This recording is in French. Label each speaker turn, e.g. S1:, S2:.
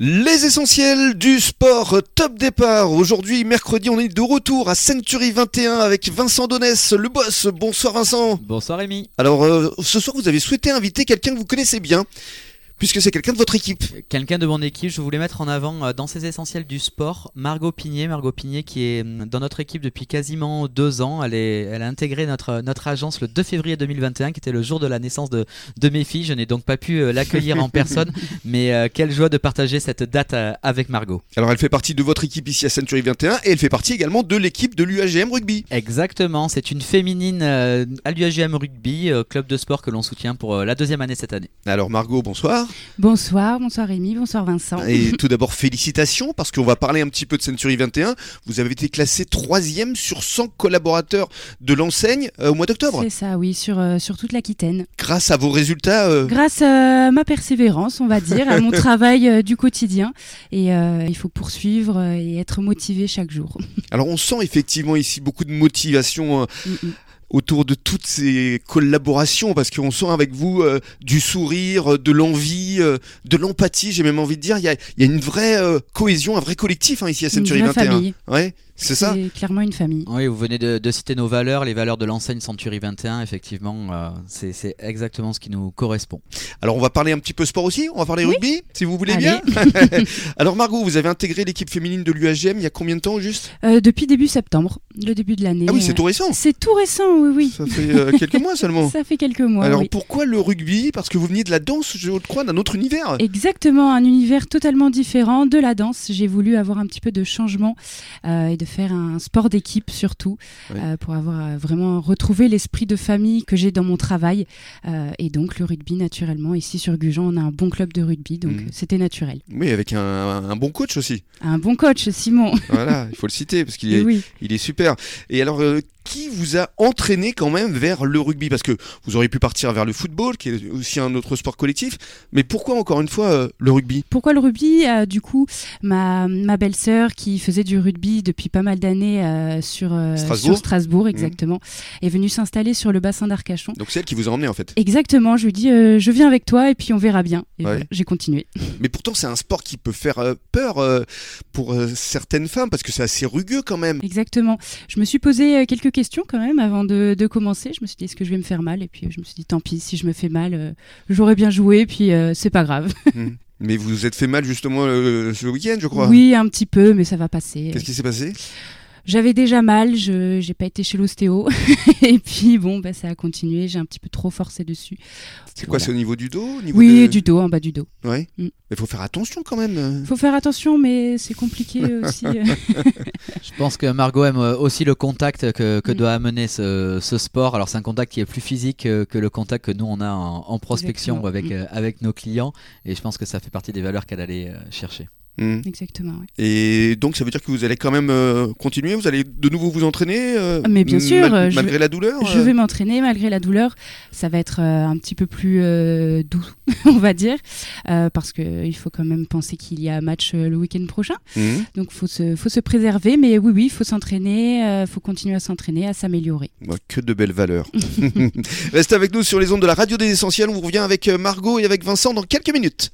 S1: Les essentiels du sport, top départ. Aujourd'hui, mercredi, on est de retour à Century 21 avec Vincent Donès, le boss. Bonsoir Vincent.
S2: Bonsoir Rémi.
S1: Alors, euh, ce soir, vous avez souhaité inviter quelqu'un que vous connaissez bien, puisque c'est quelqu'un de votre équipe.
S2: Quelqu'un de mon équipe, je voulais mettre en avant euh, dans ces essentiels du sport Margot Pigné. Margot Pigné qui est hum, dans notre équipe depuis quasiment deux ans. Elle, est, elle a intégré notre, euh, notre agence le 2 février 2021 qui était le jour de la naissance de, de mes filles. Je n'ai donc pas pu euh, l'accueillir en personne, mais euh, quelle joie de partager cette date euh, avec Margot.
S1: Alors, elle fait partie de votre équipe ici à Century 21 et elle fait partie également de l'équipe de l'UAGM Rugby.
S2: Exactement, c'est une féminine euh, à l'UAGM Rugby, euh, club de sport que l'on soutient pour euh, la deuxième année cette année.
S1: Alors, Margot, bonsoir.
S3: Bonsoir, bonsoir Rémi, bonsoir Vincent.
S1: Et tout d'abord, félicitations, parce qu'on va parler un petit peu de Century 21. Vous avez été classé troisième sur 100 collaborateurs de l'enseigne euh, au mois d'octobre.
S3: C'est ça, oui, sur, euh, sur toute l'Aquitaine.
S1: Grâce à vos résultats, euh,
S3: Grâce à ma persévérance, on va dire, à mon travail euh, du quotidien. Et euh, il faut poursuivre euh, et être motivé chaque jour.
S1: Alors on sent effectivement ici beaucoup de motivation euh,
S3: Mm, mm.
S1: autour de toutes ces collaborations parce qu'on sent avec vous euh, du sourire, euh, de l'envie, euh, de l'empathie, j'ai même envie de dire, il y a, il y a une vraie euh, cohésion, un vrai collectif hein, ici à
S3: Une
S1: Century
S3: vraie
S1: 21.
S3: famille.
S1: Ouais, c'est ça
S3: clairement une famille.
S2: Oui, vous venez de, de citer nos valeurs, les valeurs de l'enseigne Century 21, effectivement, euh, c'est c'est exactement ce qui nous correspond.
S1: Alors on va parler un petit peu sport aussi, on va parler
S3: Oui.
S1: rugby si vous voulez
S3: Allez.
S1: bien. Alors Margot, vous avez intégré l'équipe féminine de l'UAGM il y a combien de temps au juste
S3: Euh, depuis début septembre, le début de l'année.
S1: Ah oui, c'est
S3: euh,
S1: tout récent.
S3: C'est tout récent, oui,
S1: Ça fait euh, quelques mois
S3: oui.
S1: seulement.
S3: Ça fait quelques mois.
S1: Alors
S3: oui.
S1: pourquoi le rugby Parce que vous veniez de la danse, je crois, d'un autre univers.
S3: Exactement, un univers totalement différent de la danse. J'ai voulu avoir un petit peu de changement euh, et de faire un sport d'équipe surtout
S1: Oui.
S3: euh, pour avoir euh, vraiment retrouvé l'esprit de famille que j'ai dans mon travail. Euh, et donc le rugby naturellement. Ici sur Gujan, on a un bon club de rugby, donc
S1: Mhm.
S3: c'était naturel.
S1: Oui, avec un- un bon coach aussi.
S3: Un bon coach, Simon.
S1: Voilà, il faut le citer parce qu'il est,
S3: Et oui.
S1: il est super. Et alors, euh, qui vous a entraîné quand même vers le rugby Parce que vous auriez pu partir vers le football, qui est aussi un autre sport collectif. Mais pourquoi encore une fois euh, le rugby
S3: Pourquoi le rugby Euh, Du coup, ma, ma belle-sœur qui faisait du rugby depuis pas mal d'années euh, sur, euh, sur
S1: Strasbourg. Mm.
S3: Strasbourg, exactement, est venue s'installer sur le bassin d'Arcachon.
S1: Donc c'est elle qui vous a emmené en fait.
S3: Exactement, je lui dis euh, je viens avec toi et puis on verra bien. Et
S1: Ouais.
S3: voilà, j'ai continué.
S1: Mais pourtant, c'est un sport qui peut faire euh, peur euh, pour euh, certaines femmes parce que c'est assez rugueux quand même.
S3: Exactement. Je me suis posé euh, quelques questions quand même avant de, de commencer. Je me suis dit est-ce que je vais me faire mal Et puis euh, je me suis dit tant pis si je me fais mal, euh, j'aurais bien joué puis euh, c'est pas grave.
S1: Mais vous vous êtes fait mal justement euh, ce week-end, je crois.
S3: Oui, un petit peu, mais ça va passer.
S1: Qu'est-ce qui s'est passé
S3: J'avais déjà mal, je j'ai pas été chez l'ostéo et puis bon bah ça a continué. J'ai un petit peu trop forcé dessus.
S1: C'est quoi
S3: Voilà.
S1: C'est au niveau du dos au niveau
S3: Oui,
S1: de-
S3: du dos, en bas du dos.
S1: Ouais.
S3: Mm.
S1: Mais faut faire attention quand même. euh.
S3: Faut faire attention, mais c'est compliqué euh, aussi. euh.
S2: Je pense que Margot aime euh, aussi le contact que, que
S3: Mm.
S2: doit amener ce, ce sport. Alors c'est un contact qui est plus physique euh, que le contact que nous on a en, en prospection
S3: Exactement.
S2: avec,
S3: Mm.
S2: euh, avec nos clients et je pense que ça fait partie des valeurs qu'elle allait euh, chercher.
S1: Mm.
S3: Exactement. ouais.
S1: Et donc ça veut dire que vous allez quand même euh, continuer, vous allez de nouveau vous entraîner euh,
S3: Ah, mais bien sûr, euh, je
S1: malgré la douleur
S3: Je
S1: euh.
S3: vais m'entraîner malgré la douleur. Ça va être euh, un petit peu plus euh, doux, on va dire, euh, parce qu'il faut quand même penser qu'il y a un match euh, le week-end prochain.
S1: Mhm.
S3: Donc faut se, faut se préserver, mais oui, oui, il faut s'entraîner, euh, faut continuer à s'entraîner, à s'améliorer.
S1: Bah, que de belles valeurs. Restez avec nous sur les ondes de la radio des essentiels, on vous revient avec euh, Margot et avec Vincent dans quelques minutes.